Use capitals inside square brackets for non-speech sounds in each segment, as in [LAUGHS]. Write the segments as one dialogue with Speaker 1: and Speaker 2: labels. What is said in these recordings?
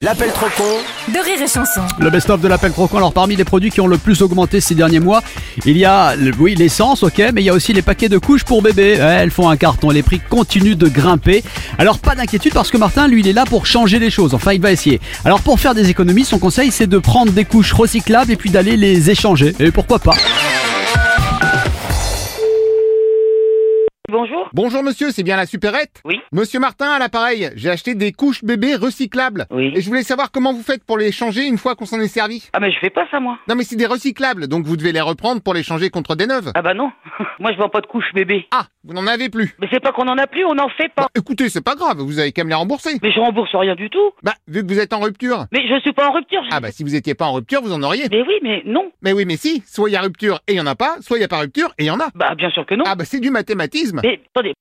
Speaker 1: L'appel trop con
Speaker 2: de rire et chanson.
Speaker 3: Le best-of de l'appel crocon. Alors, parmi les produits qui ont le plus augmenté ces derniers mois, il y a, le- oui, l'essence, ok, mais il y a aussi les paquets de couches pour bébé. Ouais, elles font un carton. Les prix continuent de grimper. Alors, pas d'inquiétude parce que Martin, lui, il est là pour changer les choses. Enfin, il va essayer. Alors, pour faire des économies, son conseil, c'est de prendre des couches recyclables et puis d'aller les échanger. Et pourquoi pas
Speaker 4: Bonjour.
Speaker 5: Bonjour monsieur, c'est bien la supérette
Speaker 4: Oui.
Speaker 5: Monsieur Martin à l'appareil, j'ai acheté des couches bébés recyclables.
Speaker 4: Oui.
Speaker 5: Et je voulais savoir comment vous faites pour les changer une fois qu'on s'en est servi.
Speaker 4: Ah mais je fais pas ça moi.
Speaker 5: Non mais c'est des recyclables, donc vous devez les reprendre pour les changer contre des neuves.
Speaker 4: Ah bah non. [LAUGHS] moi je vends pas de couche bébé.
Speaker 5: Ah, vous n'en avez plus.
Speaker 4: Mais c'est pas qu'on en a plus, on en fait pas.
Speaker 5: Bah, écoutez, c'est pas grave, vous avez qu'à me les rembourser.
Speaker 4: Mais je rembourse rien du tout.
Speaker 5: Bah, vu que vous êtes en rupture.
Speaker 4: Mais je suis pas en rupture. je-
Speaker 5: Ah bah si vous étiez pas en rupture, vous en auriez.
Speaker 4: Mais oui, mais non.
Speaker 5: Mais oui, mais si, soit il y a rupture et il y en a pas, soit il y a pas rupture et il y en a.
Speaker 4: Bah bien sûr que non.
Speaker 5: Ah bah c'est du mathématisme.
Speaker 4: Mais attendez.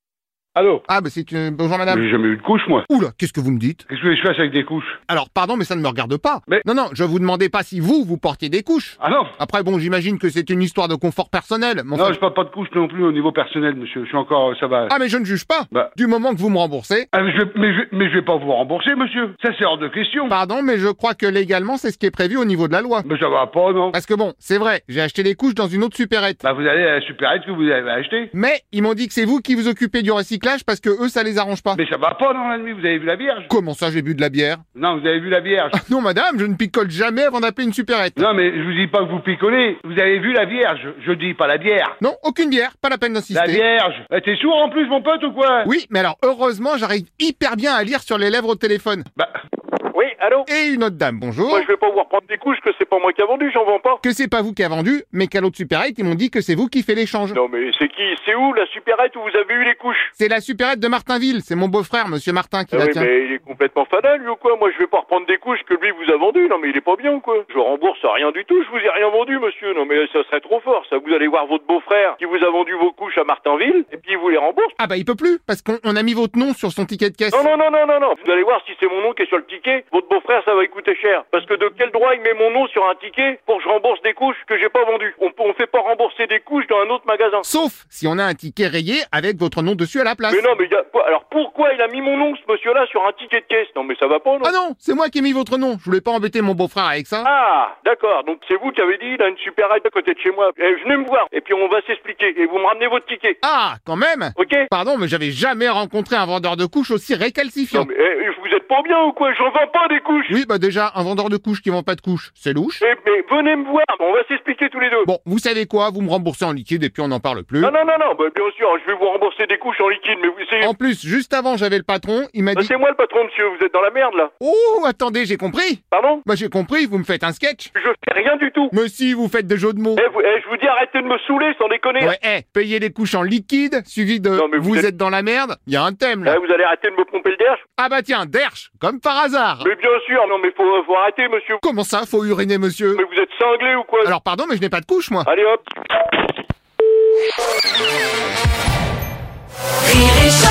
Speaker 6: Allô
Speaker 5: Ah bah c'est une... Bonjour madame.
Speaker 6: J'ai jamais eu de couche, moi.
Speaker 5: Oula, qu'est-ce que vous me dites
Speaker 6: Qu'est-ce que je fasse avec des couches
Speaker 5: Alors pardon, mais ça ne me regarde pas.
Speaker 6: Mais-
Speaker 5: Non, non, je vous demandais pas si vous, vous portiez des couches.
Speaker 6: Ah non
Speaker 5: Après, bon, j'imagine que c'est une histoire de confort personnel. mais enfin-
Speaker 6: Non, je parle pas de couche non plus au niveau personnel, monsieur. Je suis encore... euh, ça va...
Speaker 5: Ah, mais je ne juge pas.
Speaker 6: Bah.
Speaker 5: Du moment que vous me remboursez.
Speaker 6: Ah, mais, je vais, mais, je, vais- mais je vais pas vous rembourser, monsieur. Ça, c'est hors de question.
Speaker 5: Pardon, mais je crois que légalement, c'est ce qui est prévu au niveau de la loi.
Speaker 6: Mais ça va pas, non
Speaker 5: Parce que bon, c'est vrai, j'ai acheté les couches dans une autre supérette.
Speaker 6: Bah, vous allez à la supérette que vous avez acheté.
Speaker 5: Mais ils m'ont dit que c'est vous qui vous occupez du recyclage parce que eux, ça les arrange pas.
Speaker 6: Mais ça va pas, non, la nuit Vous avez vu la Vierge
Speaker 5: Comment ça, j'ai bu de la bière
Speaker 6: Non, vous avez vu la Vierge.
Speaker 5: Ah Non, madame, je ne picole jamais avant d'appeler une supérette.
Speaker 6: non, mais je vous dis pas que vous picolez. Vous avez vu la Vierge. Je dis pas la bière.
Speaker 5: Non, aucune bière, pas la peine
Speaker 6: La
Speaker 5: d'insister.
Speaker 6: Vierge. Eh, T'es sourd en plus, mon pote, ou quoi
Speaker 5: Oui, mais alors, heureusement, j'arrive hyper bien à lire sur les lèvres au téléphone.
Speaker 6: Bah,
Speaker 7: Oui, allô
Speaker 5: Et une autre dame, bonjour.
Speaker 7: Moi, je vais pas vous reprendre des couches que c'est pas moi qui a vendu, j'en vends pas.
Speaker 5: Que c'est pas vous qui a vendu, mais qu'à l'autre supérette, ils m'ont dit que c'est vous qui fait l'échange.
Speaker 7: Non, mais c'est qui C'est où la supérette où vous avez eu les couches
Speaker 5: C'est la supérette de Martinville, c'est mon beau-frère, monsieur Martin, qui
Speaker 7: ah
Speaker 5: la
Speaker 7: oui,
Speaker 5: tient.
Speaker 7: mais il est complètement fanal, lui ou quoi Moi, je vais pas reprendre des couches que lui vous a vendues. Non, mais il est pas bien ou quoi Je rembourse rien du tout, je vous ai rien vendu, monsieur. Non, mais ça serait trop fort, ça. Vous allez voir votre beau-frère qui vous a vendu vos couches à Martinville, et puis il vous les rembourse.
Speaker 5: Ah bah il peut plus, parce qu'on on a mis votre nom sur son ticket de caisse.
Speaker 7: Non, non, non, non, non, non. Vous allez voir si c'est mon nom qui est sur le ticket. Votre beau-frère, ça va lui coûter cher. Parce que de quel droit il met mon nom sur un ticket pour que je rembourse des couches que j'ai pas vendues On, on fait pas rembourser des couches dans un autre magasin.
Speaker 5: Sauf si on a un ticket rayé avec votre nom dessus à la place.
Speaker 7: Mais non, mais il y a... quoi- alors pourquoi il a mis mon nom, ce monsieur-là, sur un ticket de caisse Non, mais ça va pas, non
Speaker 5: Ah non, c'est moi qui ai mis votre nom, je voulais pas embêter mon beau-frère avec ça.
Speaker 7: Ah, d'accord, donc c'est vous qui avez dit, il a une supérette à côté de chez moi. Eh, venez me voir, et puis on va s'expliquer, et vous me ramenez votre ticket,
Speaker 5: Ah, quand même
Speaker 7: ok
Speaker 5: Pardon, mais j'avais jamais rencontré un vendeur de couches aussi
Speaker 7: Non,
Speaker 5: récalcifiant.
Speaker 7: mais eh, vous êtes pas bien ou quoi J'en vends pas des couches
Speaker 5: Oui, bah déjà, un vendeur de couches qui vend pas de couches, c'est louche.
Speaker 7: Eh, mais venez me voir, on va s'expliquer tous les deux.
Speaker 5: Bon, vous savez quoi, vous me remboursez en liquide et puis on n'en parle plus.
Speaker 7: Non, non, non, non, bah, bien sûr, je vais vous rembourser des couches en liquide, mais vous, c'est...
Speaker 5: En plus, juste avant, j'avais le patron, il m'a
Speaker 7: Bah,
Speaker 5: dit...
Speaker 7: c'est moi le patron, monsieur, vous êtes dans la merde, là.
Speaker 5: Oh, attendez, j'ai compris
Speaker 7: Pardon
Speaker 5: Bah j'ai compris, vous me faites un sketch
Speaker 7: Je fais rien du tout.
Speaker 5: Mais si, vous faites des jeux de mots
Speaker 7: Eh, vous- eh, je vous dis, arrêtez de me saouler, sans déconner.
Speaker 5: Ouais, eh, payez les couches en liquide, suivi de
Speaker 7: Non, mais
Speaker 5: vous,
Speaker 7: vous
Speaker 5: êtes...
Speaker 7: êtes-
Speaker 5: dans la merde, il y a un thème là.
Speaker 7: Eh, vous allez arrêter de me pomper le derche
Speaker 5: Ah bah tiens, Dersch, comme par hasard.
Speaker 7: Mais bien sûr, non, mais faut, faut arrêter, monsieur.
Speaker 5: Comment ça, faut uriner monsieur
Speaker 7: Mais Ah, vous êtes cinglé ou quoi
Speaker 5: Alors pardon, mais je n'ai pas de couche moi.
Speaker 7: Allez hop
Speaker 2: Rire et chanson.